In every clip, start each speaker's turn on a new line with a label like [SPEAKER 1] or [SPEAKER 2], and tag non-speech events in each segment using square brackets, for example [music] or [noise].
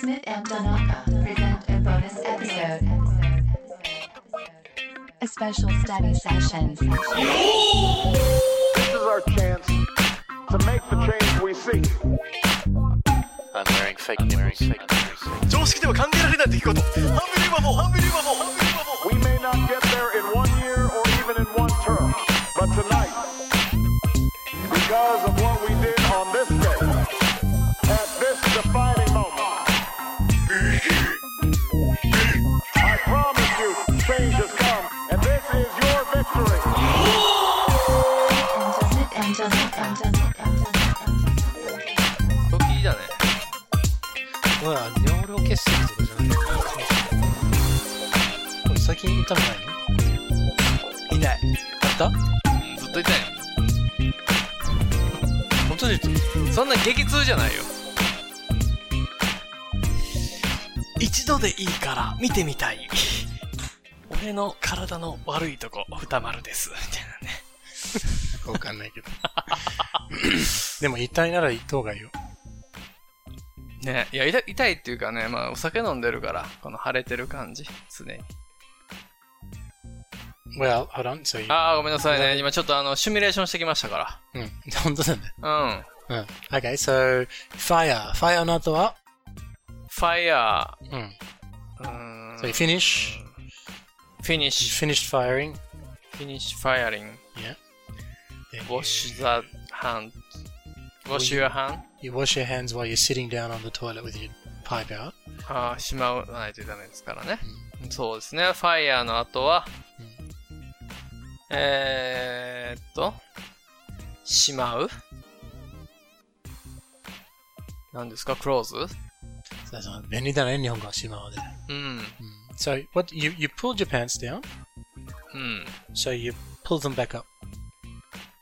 [SPEAKER 1] Smith and Donaka present a bonus episode. A special study session.
[SPEAKER 2] This is our chance to make the change we seek.
[SPEAKER 3] I'm wearing fake I'm wearing fake nipples.
[SPEAKER 4] 常識では考えられない出来事ハンビリーバボーハンビリーバボーハンビリーバボー
[SPEAKER 2] We may not get there in one year or even in one term, but tonight, because of what we did on this day, at this defining moment, I promise you, change has come, and this is your victory.
[SPEAKER 1] Smith and Donaka.
[SPEAKER 5] これいいだね。
[SPEAKER 6] ほら、尿量結石とかじゃないのこれ最近痛くないのいない。あった
[SPEAKER 5] うんずっと痛い
[SPEAKER 6] 本当に
[SPEAKER 5] の。そんな激痛じゃないよ。
[SPEAKER 6] 一度でいいから見てみたい。俺の体の悪いとこ、歌丸です。みたいなね。わかんないけど。 [laughs] でも痛いなら行った方がいいよ。
[SPEAKER 5] ねいや、痛い痛いっていうかね、まあ、お酒飲んでるから、この腫れてる感じ、常に。
[SPEAKER 6] Well, hold on, so you...
[SPEAKER 5] ああ、ごめんなさいね。今ちょっとあの、シミュレーションしてきましたか
[SPEAKER 6] うん、本当だね。
[SPEAKER 5] ら。うん。
[SPEAKER 6] うん。Okay, so, fire. fire の後は、
[SPEAKER 5] ファイヤ
[SPEAKER 6] うん。
[SPEAKER 5] ー、うーん。
[SPEAKER 6] so you finish,
[SPEAKER 5] フィニッ
[SPEAKER 6] you
[SPEAKER 5] シュ、
[SPEAKER 6] finished firing,
[SPEAKER 5] フィニッシュ、ファイアリング、
[SPEAKER 6] yeah. Then
[SPEAKER 5] ウォッシュ、ザ、ハン、ウォッシュ、ハン、
[SPEAKER 6] You wash your hands while you're sitting down on the toilet with your pipe out.
[SPEAKER 5] ああ、しまわないとダメですからね。そうですね。ファイヤーの後は、えーっと、しまう何ですかクローズ
[SPEAKER 6] So
[SPEAKER 5] うん。
[SPEAKER 6] what you you pulled your pants down,
[SPEAKER 5] うん。
[SPEAKER 6] so you pull them back up.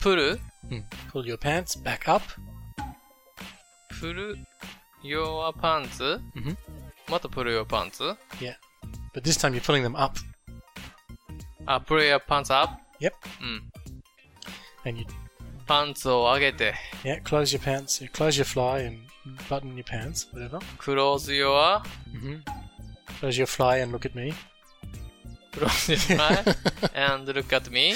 [SPEAKER 5] プル
[SPEAKER 6] Hmm. Pull your pants back up.
[SPEAKER 5] プル、ヨアパンツ
[SPEAKER 6] うん
[SPEAKER 5] またプルヨアパンツ
[SPEAKER 6] Yeah. But this time you're pulling them up
[SPEAKER 5] あ、プルヨアパンツアッ
[SPEAKER 6] Yep.
[SPEAKER 5] プうん。
[SPEAKER 6] and you
[SPEAKER 5] パンツを上げて、
[SPEAKER 6] yeah, close your pants, you close your fly and button your pants, whatever.
[SPEAKER 5] クローズヨア、
[SPEAKER 6] hmm Close your fly and look at me. [laughs]
[SPEAKER 5] クローズヨア、and look at me.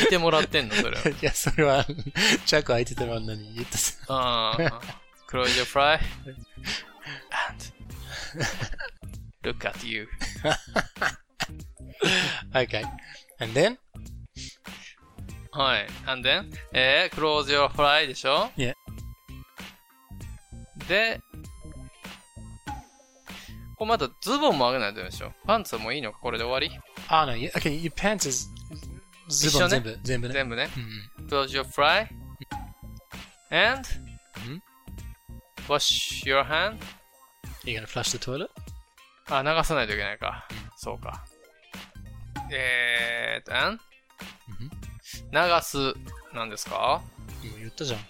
[SPEAKER 5] 見てもらってんのそ
[SPEAKER 6] [laughs]
[SPEAKER 5] れは。
[SPEAKER 6] いや、それは、チャック開いてたのに言った。
[SPEAKER 5] ああ。Close your fly and look at you.
[SPEAKER 6] okay. And then?
[SPEAKER 5] はい。And then? えー、close your fly でしょ
[SPEAKER 6] Yeah.
[SPEAKER 5] で、これまだズボンも上げないとダメでしょパンツはもういいのかこれで終わり
[SPEAKER 6] Ah, no. You, okay, your pants is.
[SPEAKER 5] 一緒ね。
[SPEAKER 6] ズボン全部、全部ね。
[SPEAKER 5] 全部ね。
[SPEAKER 6] うん。
[SPEAKER 5] Close your fly and wash your hand.
[SPEAKER 6] You're gonna flush the toilet?
[SPEAKER 5] あ、流さないといけないか。そうか。えーと、ん流す、なんですか
[SPEAKER 6] 今言ったじゃん。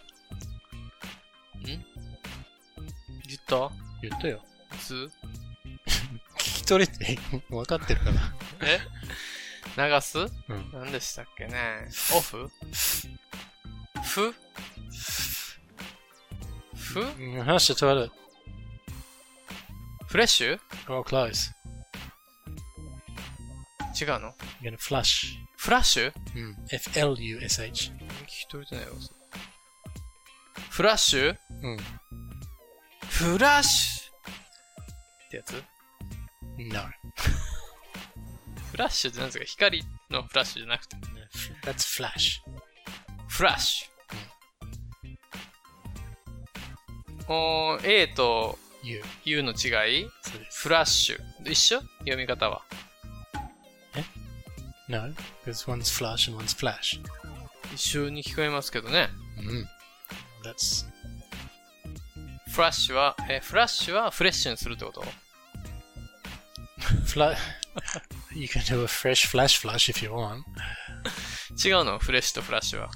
[SPEAKER 5] 言った
[SPEAKER 6] 言ったよ。
[SPEAKER 5] 普通
[SPEAKER 6] 聞き [laughs] 取れて、分かってるから。
[SPEAKER 5] え流す
[SPEAKER 6] うん
[SPEAKER 5] 何でしたっけねオフふふ
[SPEAKER 6] Mm, Flush the toilet.
[SPEAKER 5] フレッシュ
[SPEAKER 6] Go close.
[SPEAKER 5] 違うの
[SPEAKER 6] You're gonna flush.
[SPEAKER 5] フラッシュ
[SPEAKER 6] F-L-U-S-H.
[SPEAKER 5] 聞き取れてないよ。フラッシュ
[SPEAKER 6] うん。
[SPEAKER 5] フラッシュってやつ
[SPEAKER 6] No.
[SPEAKER 5] フラッシュって何ですか光のフラッシュじゃなくて。
[SPEAKER 6] That's flash.
[SPEAKER 5] フラッシュ。おー、A と
[SPEAKER 6] You.
[SPEAKER 5] U の違い
[SPEAKER 6] そうです。
[SPEAKER 5] フラッシュ。一緒読み方は。
[SPEAKER 6] No. Because one's flush and one's flash.
[SPEAKER 5] 一緒に聞こえますけどね。
[SPEAKER 6] うん。That's...
[SPEAKER 5] フラッシュは、え、フラッシュはフレッシュにするってこと
[SPEAKER 6] Fla... [laughs] you can do a fresh flash flush if you want.
[SPEAKER 5] 違うのフレッシュとフラッシュは。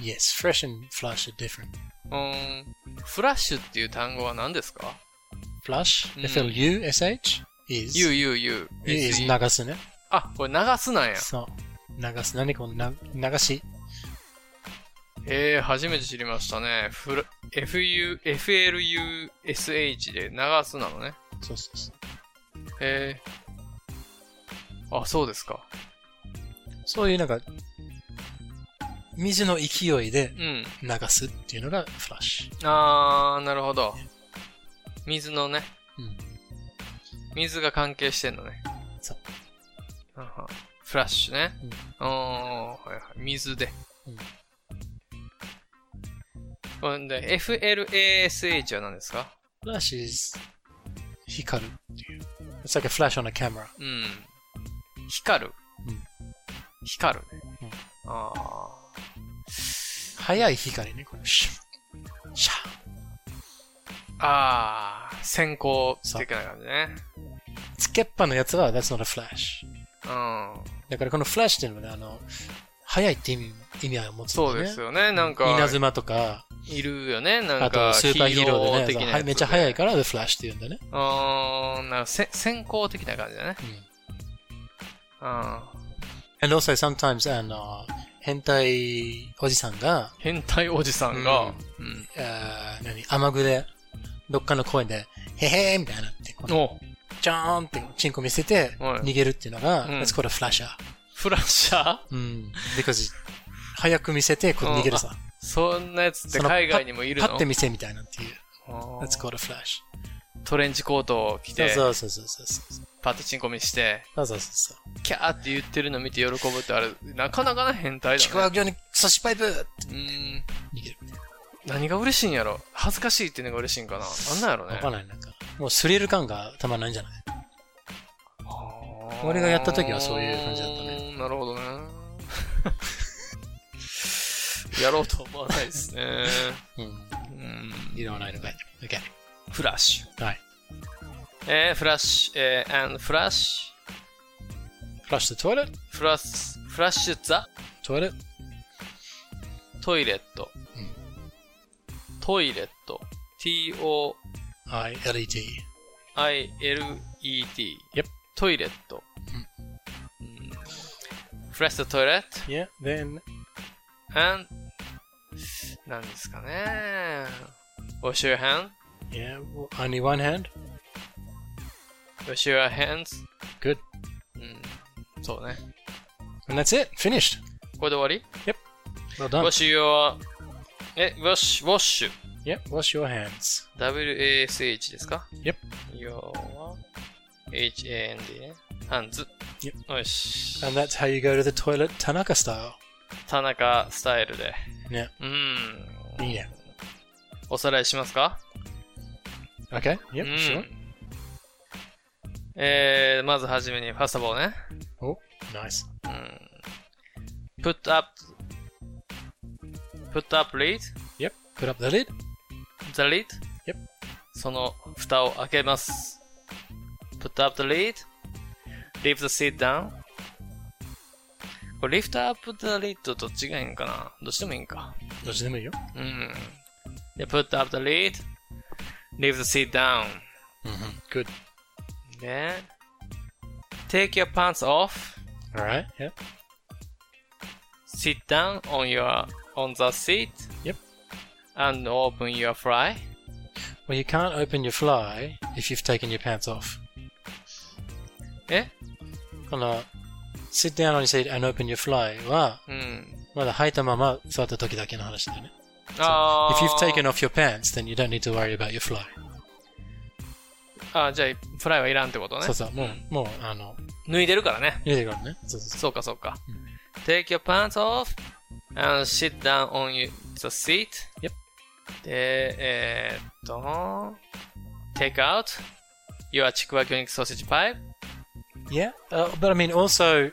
[SPEAKER 6] Yes, fresh and flush are different.
[SPEAKER 5] うーん、フラッシュっていう単語は何ですか
[SPEAKER 6] Flush,
[SPEAKER 5] うん
[SPEAKER 6] F-L-U-S-H, is...
[SPEAKER 5] ?U, U, U.
[SPEAKER 6] U is 流すね。
[SPEAKER 5] あ、これ流すなんや。
[SPEAKER 6] そう。流す。何このな流し。
[SPEAKER 5] えー、初めて知りましたね。フル FU、FLUSH で長すなのね。
[SPEAKER 6] そうそうそう。
[SPEAKER 5] えー。あ、そうですか。
[SPEAKER 6] そういうなんか、水の勢いで
[SPEAKER 5] うん。
[SPEAKER 6] 流すっていうのがフラッシ
[SPEAKER 5] あー、なるほど。水のね。
[SPEAKER 6] ュ。うん。
[SPEAKER 5] 水が関係してんのね。
[SPEAKER 6] そう。
[SPEAKER 5] はんはんフラッシュね。
[SPEAKER 6] うん
[SPEAKER 5] おー、はいはい。水で。
[SPEAKER 6] うん
[SPEAKER 5] ほんで、FLASH は何ですか
[SPEAKER 6] flash is 光るっていう。It's like a flash on a camera.
[SPEAKER 5] うん。光る。
[SPEAKER 6] うん
[SPEAKER 5] 光るね。
[SPEAKER 6] うん
[SPEAKER 5] あ
[SPEAKER 6] 速い光ね、これ。シャンシャン
[SPEAKER 5] あ。ああ、先行的な感じね。
[SPEAKER 6] つけっぱのやつは that's not a flash。
[SPEAKER 5] うん。
[SPEAKER 6] だからこのフラッシュっていうのはね、あの、速いって意味意味合いを持つんだ
[SPEAKER 5] そ
[SPEAKER 6] よ
[SPEAKER 5] う
[SPEAKER 6] ね。
[SPEAKER 5] ですよね。なん
[SPEAKER 6] 稲
[SPEAKER 5] か、
[SPEAKER 6] 妻とか、
[SPEAKER 5] いるよね。なん
[SPEAKER 6] あと
[SPEAKER 5] か、
[SPEAKER 6] スーパーヒーローで
[SPEAKER 5] 的
[SPEAKER 6] ね、
[SPEAKER 5] な
[SPEAKER 6] は
[SPEAKER 5] やつ
[SPEAKER 6] めっちゃ速いから The Flash って言うんだね。
[SPEAKER 5] あーなんかせ先行的な感じだね。
[SPEAKER 6] うん
[SPEAKER 5] あー
[SPEAKER 6] And also sometimes あの、変態おじさんが、
[SPEAKER 5] 変態おじさんが、うん。
[SPEAKER 6] あー何、雨具で、どっかの公園で、へへーみたいなって、この
[SPEAKER 5] お
[SPEAKER 6] ちょーんってチンコ見せて、
[SPEAKER 5] はい
[SPEAKER 6] 逃げるっていうのが、
[SPEAKER 5] うん
[SPEAKER 6] that's called a flasher.
[SPEAKER 5] フラッシャー
[SPEAKER 6] うん。because 早く見せて、こう逃げるさ。
[SPEAKER 5] そんなやつって
[SPEAKER 6] その
[SPEAKER 5] 海外にもいるの
[SPEAKER 6] パッて見せみたいなっていう。
[SPEAKER 5] あー
[SPEAKER 6] that's called a flash.
[SPEAKER 5] トレンチコートを着て、
[SPEAKER 6] そうそうそうそうそう。
[SPEAKER 5] パッてチンコ見して、
[SPEAKER 6] そうそうそうそう。
[SPEAKER 5] キャーって言ってるの見て喜ぶってあれ、なかなかな変態
[SPEAKER 6] ちく
[SPEAKER 5] だ
[SPEAKER 6] わ
[SPEAKER 5] ね。
[SPEAKER 6] 行に差しパイプって
[SPEAKER 5] うーん。
[SPEAKER 6] 逃げる。
[SPEAKER 5] 何が嬉しいんやろ恥ずかしいっていうのが嬉しいんかななんなんやろね
[SPEAKER 6] わかんない、なんか。もうスリル感がたまんないんじゃない
[SPEAKER 5] あー
[SPEAKER 6] 俺がやった時はそういう感じだったね。
[SPEAKER 5] なるほどね。 [laughs] やろうと思わないですね。
[SPEAKER 6] うん。
[SPEAKER 5] うん。
[SPEAKER 6] いらないのかい。OK。
[SPEAKER 5] フラッシュ。
[SPEAKER 6] はい。
[SPEAKER 5] えー、フラッシュ、えー、and フラッシ
[SPEAKER 6] flush the toilet,
[SPEAKER 5] ュ、フラッシュ、フラッシュザ
[SPEAKER 6] toilet,
[SPEAKER 5] トイレット。
[SPEAKER 6] うん
[SPEAKER 5] トイレット。
[SPEAKER 6] I, LED.
[SPEAKER 5] T-O-I-L-E-T。
[SPEAKER 6] Yep.
[SPEAKER 5] トイレット。うんフラッシュトイレット。
[SPEAKER 6] Yeah, then,
[SPEAKER 5] hand なんですかね wash your hand
[SPEAKER 6] yeah, only one hand.
[SPEAKER 5] wash your hands
[SPEAKER 6] Good.
[SPEAKER 5] うんそうね
[SPEAKER 6] And that's it. Finished.
[SPEAKER 5] これで終わ
[SPEAKER 6] Well
[SPEAKER 5] り
[SPEAKER 6] done.
[SPEAKER 5] wash your え wash wash
[SPEAKER 6] Yep, wash your hands.
[SPEAKER 5] WASH ですか
[SPEAKER 6] Yep.
[SPEAKER 5] your HAND ね hands
[SPEAKER 6] Yep.
[SPEAKER 5] よし
[SPEAKER 6] And that's how you go to the toilet Tanaka style.
[SPEAKER 5] 田中スタイルで
[SPEAKER 6] ね
[SPEAKER 5] うん
[SPEAKER 6] いいね
[SPEAKER 5] おさらいしますか
[SPEAKER 6] Okay.
[SPEAKER 5] うん
[SPEAKER 6] Yep, sure.
[SPEAKER 5] えーまずはじめにファスタボーね
[SPEAKER 6] Oh, nice.
[SPEAKER 5] put up put up lid
[SPEAKER 6] Yep. Put up the lid.
[SPEAKER 5] the lid
[SPEAKER 6] Yep.
[SPEAKER 5] その蓋を開けます put up the lid leave the seat down これ lift up the lid とどっちがいいんかなどっちでもいいんか
[SPEAKER 6] どっちでもいいよ。
[SPEAKER 5] うんで put up the lid leave the seat down
[SPEAKER 6] Good.
[SPEAKER 5] で take your pants off
[SPEAKER 6] Alright. Yep.
[SPEAKER 5] sit down on your on the seat
[SPEAKER 6] Yep.
[SPEAKER 5] and open your fly
[SPEAKER 6] Well, you can't open your fly if you've taken your pants off.
[SPEAKER 5] え
[SPEAKER 6] この、sit down on your seat and open your fly は、
[SPEAKER 5] うん
[SPEAKER 6] まだ履いたまま座った時だけの話だよね。
[SPEAKER 5] あ
[SPEAKER 6] If
[SPEAKER 5] ー
[SPEAKER 6] you've taken off your pants, then you don't need to worry about your fly.
[SPEAKER 5] あーじゃあ、フライはいらんってことね
[SPEAKER 6] そう。そう、もう、もう、あの、
[SPEAKER 5] 脱いでるからね。
[SPEAKER 6] 入れてからね。そうそうそ
[SPEAKER 5] そうか、そうか。Take your pants off and sit down on you- the seat.
[SPEAKER 6] Yep.
[SPEAKER 5] で、えーっと、take out your ちくわ魚肉ソーセージパイプ。
[SPEAKER 6] う。Yeah, uh, but I mean, also,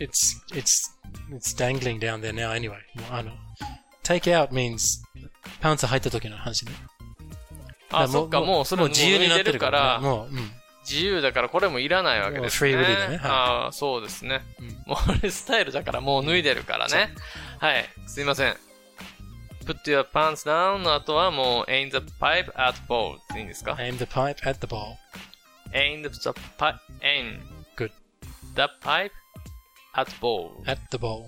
[SPEAKER 6] it's, it's, it's dangling down there now anyway. もうあの、take out means, パンツ履いた時の話ね。
[SPEAKER 5] あ、そっか、もうそれも自由になってるから、
[SPEAKER 6] もう、うん。
[SPEAKER 5] 自由だからこれもいらないわけですね。
[SPEAKER 6] もうフリーウィリーだねはい
[SPEAKER 5] ああ、そうですね。
[SPEAKER 6] うん
[SPEAKER 5] もうあれスタイルだからもう脱いでるからね。はい、すいません。put your pants down の後はもう aim the pipe at ball でいいんですか、
[SPEAKER 6] aim the pipe at the ball.
[SPEAKER 5] aim the pipe, aim
[SPEAKER 6] Good.
[SPEAKER 5] the pipe at ball,
[SPEAKER 6] At the ball.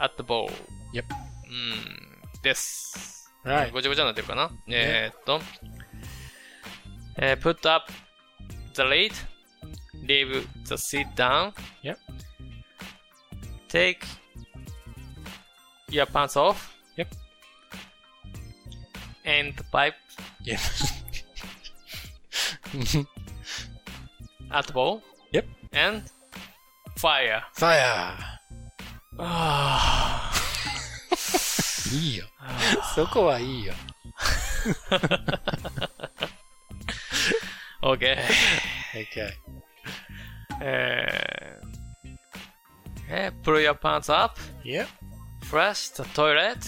[SPEAKER 5] at the ball.
[SPEAKER 6] Yep.
[SPEAKER 5] ううん、です。
[SPEAKER 6] Right.
[SPEAKER 5] ごちゃごちゃになってるかな。えーっと、えー put up the lid, leave the seat down,
[SPEAKER 6] Yep.
[SPEAKER 5] take your pants off,
[SPEAKER 6] Yep.
[SPEAKER 5] and the pipe
[SPEAKER 6] Yeah. [laughs]
[SPEAKER 5] at the ball,
[SPEAKER 6] Yep.
[SPEAKER 5] and fire.
[SPEAKER 6] Fire.
[SPEAKER 5] あ
[SPEAKER 6] いいよ。そこはいいよ。
[SPEAKER 5] あ、OK。
[SPEAKER 6] Okay.
[SPEAKER 5] [laughs] えー、えー pull Eh. your pants up,
[SPEAKER 6] Yep.
[SPEAKER 5] flush the toilet,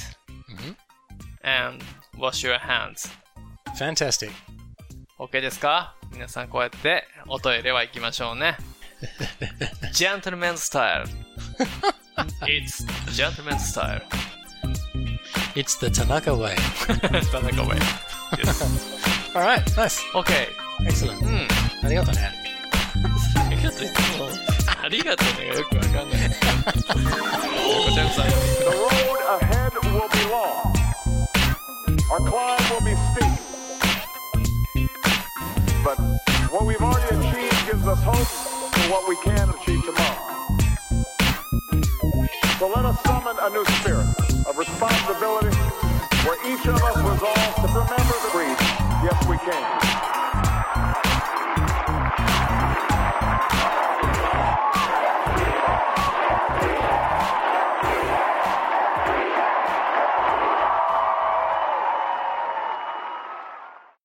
[SPEAKER 6] Mhm.
[SPEAKER 5] and wash your hands.
[SPEAKER 6] Fantastic.
[SPEAKER 5] OK ですか皆さんこうやっておトイレは行きましょう [laughs] ね。Gentleman style. It's gentleman style. [laughs]
[SPEAKER 6] It's the Tanaka way.
[SPEAKER 5] 田中ウェイ。
[SPEAKER 6] All right. Nice.
[SPEAKER 5] OK。
[SPEAKER 6] Excellent.
[SPEAKER 5] うん。
[SPEAKER 6] ありがとうね。
[SPEAKER 5] ありがとういつも。ありがとうねがよくわかん [laughs] ない。ごちゃごちゃ
[SPEAKER 2] The road ahead will be long. Our climb will be steep. But what we've already achieved gives us hope for what we can achieve tomorrow. So let us summon a new spirit of responsibility where each of us resolves to remember the creed, yes we can.